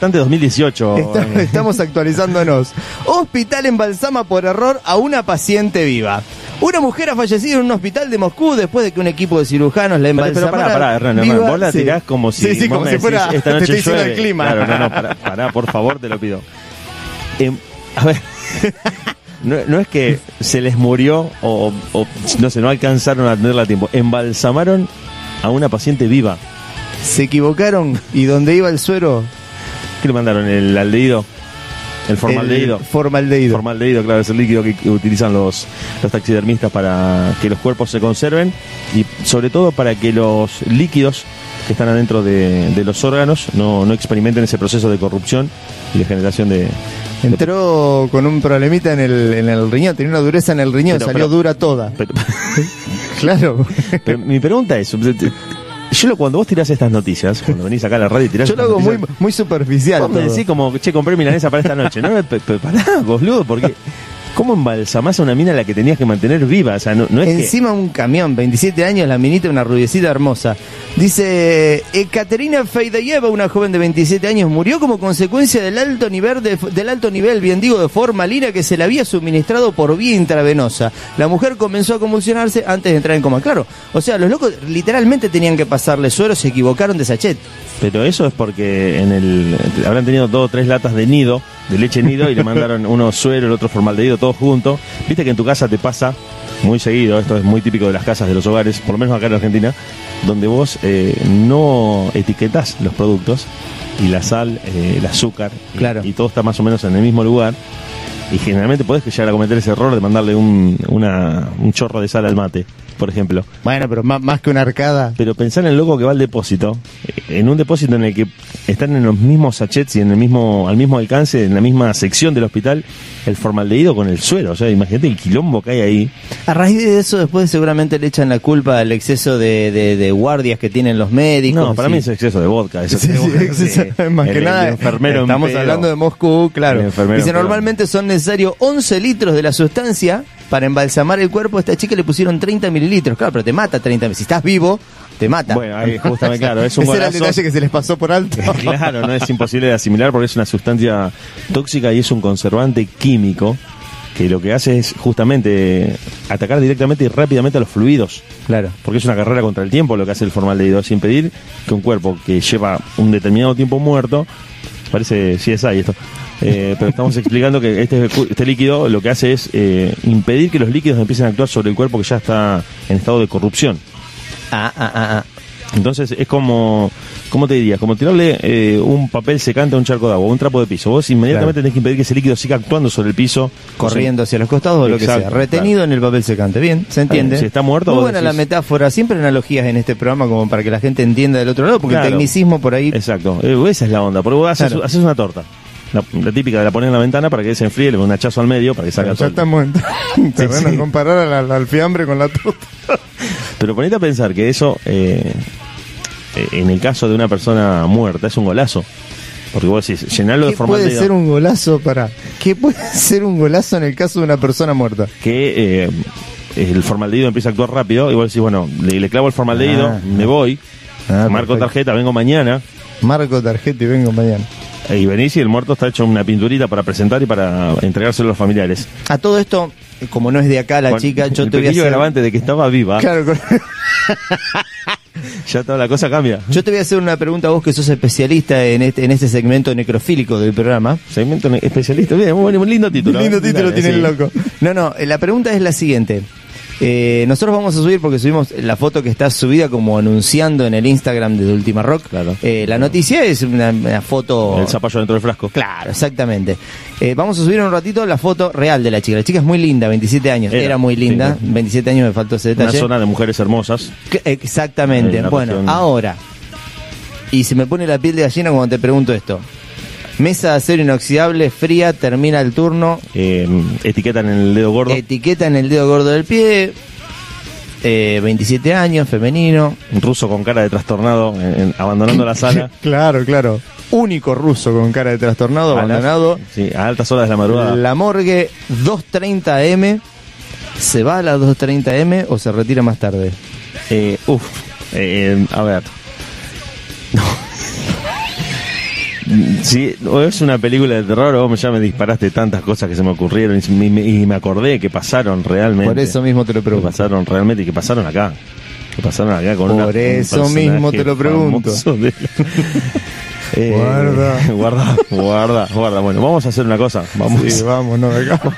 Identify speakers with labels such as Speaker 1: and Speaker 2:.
Speaker 1: Bastante 2018.
Speaker 2: Está-
Speaker 1: eh.
Speaker 2: estamos actualizándonos. Hospital embalsama por error a una paciente viva. Una mujer ha fallecido en un hospital de Moscú después de que un equipo de cirujanos la
Speaker 1: Pero, pero
Speaker 2: embalsamara.
Speaker 1: pará, pará, Hernán, Hernán,
Speaker 2: viva.
Speaker 1: vos la
Speaker 2: Sí.
Speaker 1: tirás como si,
Speaker 2: Sí, sí,
Speaker 1: vos
Speaker 2: como
Speaker 1: me
Speaker 2: si
Speaker 1: decís,
Speaker 2: fuera.
Speaker 1: esta
Speaker 2: te
Speaker 1: noche
Speaker 2: estoy diciendo
Speaker 1: llueve.
Speaker 2: el clima.
Speaker 1: Claro, no, no, pará, pará, por favor, te lo pido. Em, a ver, no, no es que se les murió o, o, no sé, no alcanzaron a atenderla a tiempo. Embalsamaron a una paciente viva.
Speaker 2: Se equivocaron y donde iba el suero.
Speaker 1: ¿Qué le mandaron? ¿El aldehído? ¿El formaldehído?
Speaker 2: el Formaldehído.
Speaker 1: Formaldehído, claro, es el líquido que utilizan los, los taxidermistas para que los cuerpos se conserven y sobre todo para que los líquidos que están adentro de, de los órganos no, no experimenten ese proceso de corrupción y de generación de...
Speaker 2: Entró con un problemita en el, en el riñón, tenía una dureza en el riñón,
Speaker 1: Pero,
Speaker 2: salió
Speaker 1: pero-
Speaker 2: dura toda.
Speaker 1: Pero,
Speaker 2: Claro.
Speaker 1: pero mi pregunta es, yo lo- cuando vos tirás estas noticias, cuando venís acá a la radio y tirás
Speaker 2: Yo lo
Speaker 1: estas
Speaker 2: hago muy,
Speaker 1: noticias,
Speaker 2: muy superficial.
Speaker 1: Vos me
Speaker 2: todo.
Speaker 1: decís como, che, compré milanesa para esta noche. No, pe- pe- pará, boludo, porque ¿cómo embalsamás a una mina a la que tenías que mantener viva? O sea, no, no es que-
Speaker 2: Encima un camión, 27 años, la minita, una rubiecita hermosa. Dice, eh, Ekaterina Feideyeva, una joven de 27 años, murió como consecuencia del alto nivel, de- del alto nivel bien digo, de formalina que se le había suministrado por vía intravenosa. La mujer comenzó a convulsionarse antes de entrar en coma. Claro, o sea, los locos literalmente tenían que pasarle suero, se equivocaron de sachet.
Speaker 1: Pero eso es porque en el habrán tenido dos o tres latas de nido, de leche nido, y le mandaron uno suero, el otro formaldehído, todo junto. Viste que en tu casa te pasa muy seguido, esto es muy típico de las casas, de los hogares, por lo menos acá en Argentina, donde vos eh, no etiquetás los productos y la sal, eh, el azúcar, y-
Speaker 2: Claro.
Speaker 1: y, todo está más o menos en el mismo lugar. Y generalmente podés llegar a cometer ese error de mandarle un, una- un chorro de sal al mate, por ejemplo.
Speaker 2: Bueno, pero más, más que una arcada.
Speaker 1: Pero pensar en el loco que va al depósito, eh, en un depósito en el que están en los mismos sachets y en el mismo, al mismo alcance, en la misma sección del hospital, el formaldehído con el suelo. O sea, imagínate el quilombo que hay ahí.
Speaker 2: A raíz de eso, después seguramente le echan la culpa al exceso de, de- de guardias que tienen los médicos.
Speaker 1: no, para
Speaker 2: y-
Speaker 1: mí es exceso de vodka. Eso Eh,
Speaker 2: Sí, sí, exceso- más que nada,
Speaker 1: enfermero en
Speaker 2: estamos
Speaker 1: pedo.
Speaker 2: hablando de Moscú, claro.
Speaker 1: El enfermero
Speaker 2: Dice,
Speaker 1: en pedo.
Speaker 2: normalmente son necesarios 11 litros de la sustancia para embalsamar el cuerpo. A esta chica le pusieron 30 mililitros. Claro, pero te mata 30 mil- Si estás vivo, te mata.
Speaker 1: Bueno, ahí justamente, claro, es un
Speaker 2: Ese era el
Speaker 1: golazo.
Speaker 2: detalle que se les pasó por alto.
Speaker 1: Claro, no es imposible de asimilar porque es una sustancia tóxica y es un conservante químico que lo que hace es justamente atacar directamente y rápidamente a los fluidos.
Speaker 2: Claro.
Speaker 1: porque es una carrera contra el tiempo lo que hace el formaldehído, es impedir que un cuerpo que lleva un determinado tiempo muerto, parece CSI esto, eh, pero estamos explicando que este, este líquido lo que hace es eh, impedir que los líquidos empiecen a actuar sobre el cuerpo que ya está en estado de corrupción.
Speaker 2: Ah, ah, ah, ah.
Speaker 1: Entonces es como, ¿cómo te diría? Como tirarle eh, un papel secante a un charco de agua, un trapo de piso. Vos inmediatamente
Speaker 2: Claro.
Speaker 1: tenés que impedir que ese líquido siga actuando sobre el piso.
Speaker 2: Corriendo hacia los costados o lo que
Speaker 1: Exacto,
Speaker 2: sea. Retenido en el papel secante. Bien, ¿se entiende?
Speaker 1: Si está muerto,
Speaker 2: Muy
Speaker 1: vos
Speaker 2: buena
Speaker 1: decís-
Speaker 2: la metáfora. Siempre analogías en este programa como para que la gente entienda del otro lado, porque el
Speaker 1: Claro.
Speaker 2: tecnicismo por ahí
Speaker 1: Exacto, Eh, esa es la onda. Porque vos haces,
Speaker 2: Claro.
Speaker 1: haces una torta, la, la típica de la poner en la ventana para que se enfríe, le pones un hachazo al medio para que salga
Speaker 3: Pero ya
Speaker 1: todo.
Speaker 3: estamos en en terreno
Speaker 1: sí.
Speaker 3: de comparar al- al, al fiambre con la torta.
Speaker 1: Pero ponete a pensar que eso, eh, eh, en el caso de una persona muerta, es un golazo. Porque vos decís, llenarlo de
Speaker 3: ¿Qué
Speaker 1: forma
Speaker 3: puede ser un golazo para? ¿Qué puede ser un golazo en el caso de una persona muerta?
Speaker 1: que eh, el formaldehído empieza a actuar rápido, y vos decís, bueno, le, le clavo el formaldehído,
Speaker 2: Ah.
Speaker 1: me voy,
Speaker 3: Ah,
Speaker 1: marco
Speaker 3: perfecto.
Speaker 1: tarjeta, vengo mañana,
Speaker 3: Marco tarjeta y vengo mañana.
Speaker 1: y venís y el muerto está hecho una pinturita para presentar y para entregárselo a los familiares.
Speaker 2: A todo esto, como no es de acá la
Speaker 1: Con
Speaker 2: chica, yo
Speaker 1: el
Speaker 2: te voy a
Speaker 1: pequeño
Speaker 2: hacer,
Speaker 1: agravante de que estaba viva,
Speaker 3: Claro, con-
Speaker 1: ya toda la cosa cambia.
Speaker 2: yo te voy a hacer una pregunta a vos que sos especialista en este, en este segmento necrofílico del programa.
Speaker 1: Segmento ne- especialista, bien, muy, buen- un lindo título.
Speaker 3: lindo
Speaker 1: ¿eh?
Speaker 3: título
Speaker 1: Dale,
Speaker 3: tiene
Speaker 1: sí.
Speaker 3: el loco.
Speaker 2: No, no, eh, la pregunta es la siguiente. Eh, nosotros vamos a subir porque subimos la foto que está subida como anunciando en el Instagram de Última Rock.
Speaker 1: Claro.
Speaker 2: Eh, la noticia es una, una foto...
Speaker 1: El zapallo dentro del frasco.
Speaker 2: Claro, exactamente. Eh, vamos a subir en un ratito la foto real de la chica. La chica es muy linda, 27 años. Era,
Speaker 1: Era,
Speaker 2: muy linda,
Speaker 1: sí.
Speaker 2: 27 años me faltó ese
Speaker 1: Una
Speaker 2: detalle.
Speaker 1: zona de mujeres hermosas.
Speaker 2: Que- Exactamente.
Speaker 1: Eh, la
Speaker 2: bueno,
Speaker 1: cuestión-
Speaker 2: ahora. Y se me pone la piel de gallina cuando te pregunto esto. Mesa de acero inoxidable, fría, termina el turno,
Speaker 1: eh, etiquetan en el dedo gordo.
Speaker 2: etiqueta en el dedo gordo del pie, eh, 27 años, femenino,
Speaker 1: un ruso con cara de trastornado, en- en- abandonando la sala.
Speaker 3: claro, claro. Único ruso con cara de trastornado,
Speaker 1: A las-
Speaker 3: abandonado.
Speaker 1: sí, a altas horas de la madrugada.
Speaker 2: la morgue 230M, ¿se va a la 230M o se retira más tarde?
Speaker 1: Eh, uf, eh, a ver. si o es una película de terror o vos ya me disparaste tantas cosas que se me ocurrieron y me, me- y me acordé que pasaron realmente.
Speaker 2: Por eso mismo te lo
Speaker 1: Que
Speaker 2: pregunto.
Speaker 1: pasaron realmente y que pasaron acá. Que pasaron acá con una-
Speaker 2: Por
Speaker 1: un
Speaker 2: eso
Speaker 1: personaje
Speaker 2: mismo te lo pregunto.
Speaker 1: famoso de la- Eh,
Speaker 2: Guarda.
Speaker 1: Guarda, guarda, guarda. Bueno, vamos a hacer una cosa. Vamos.
Speaker 2: Sí, vamos, no, de acá.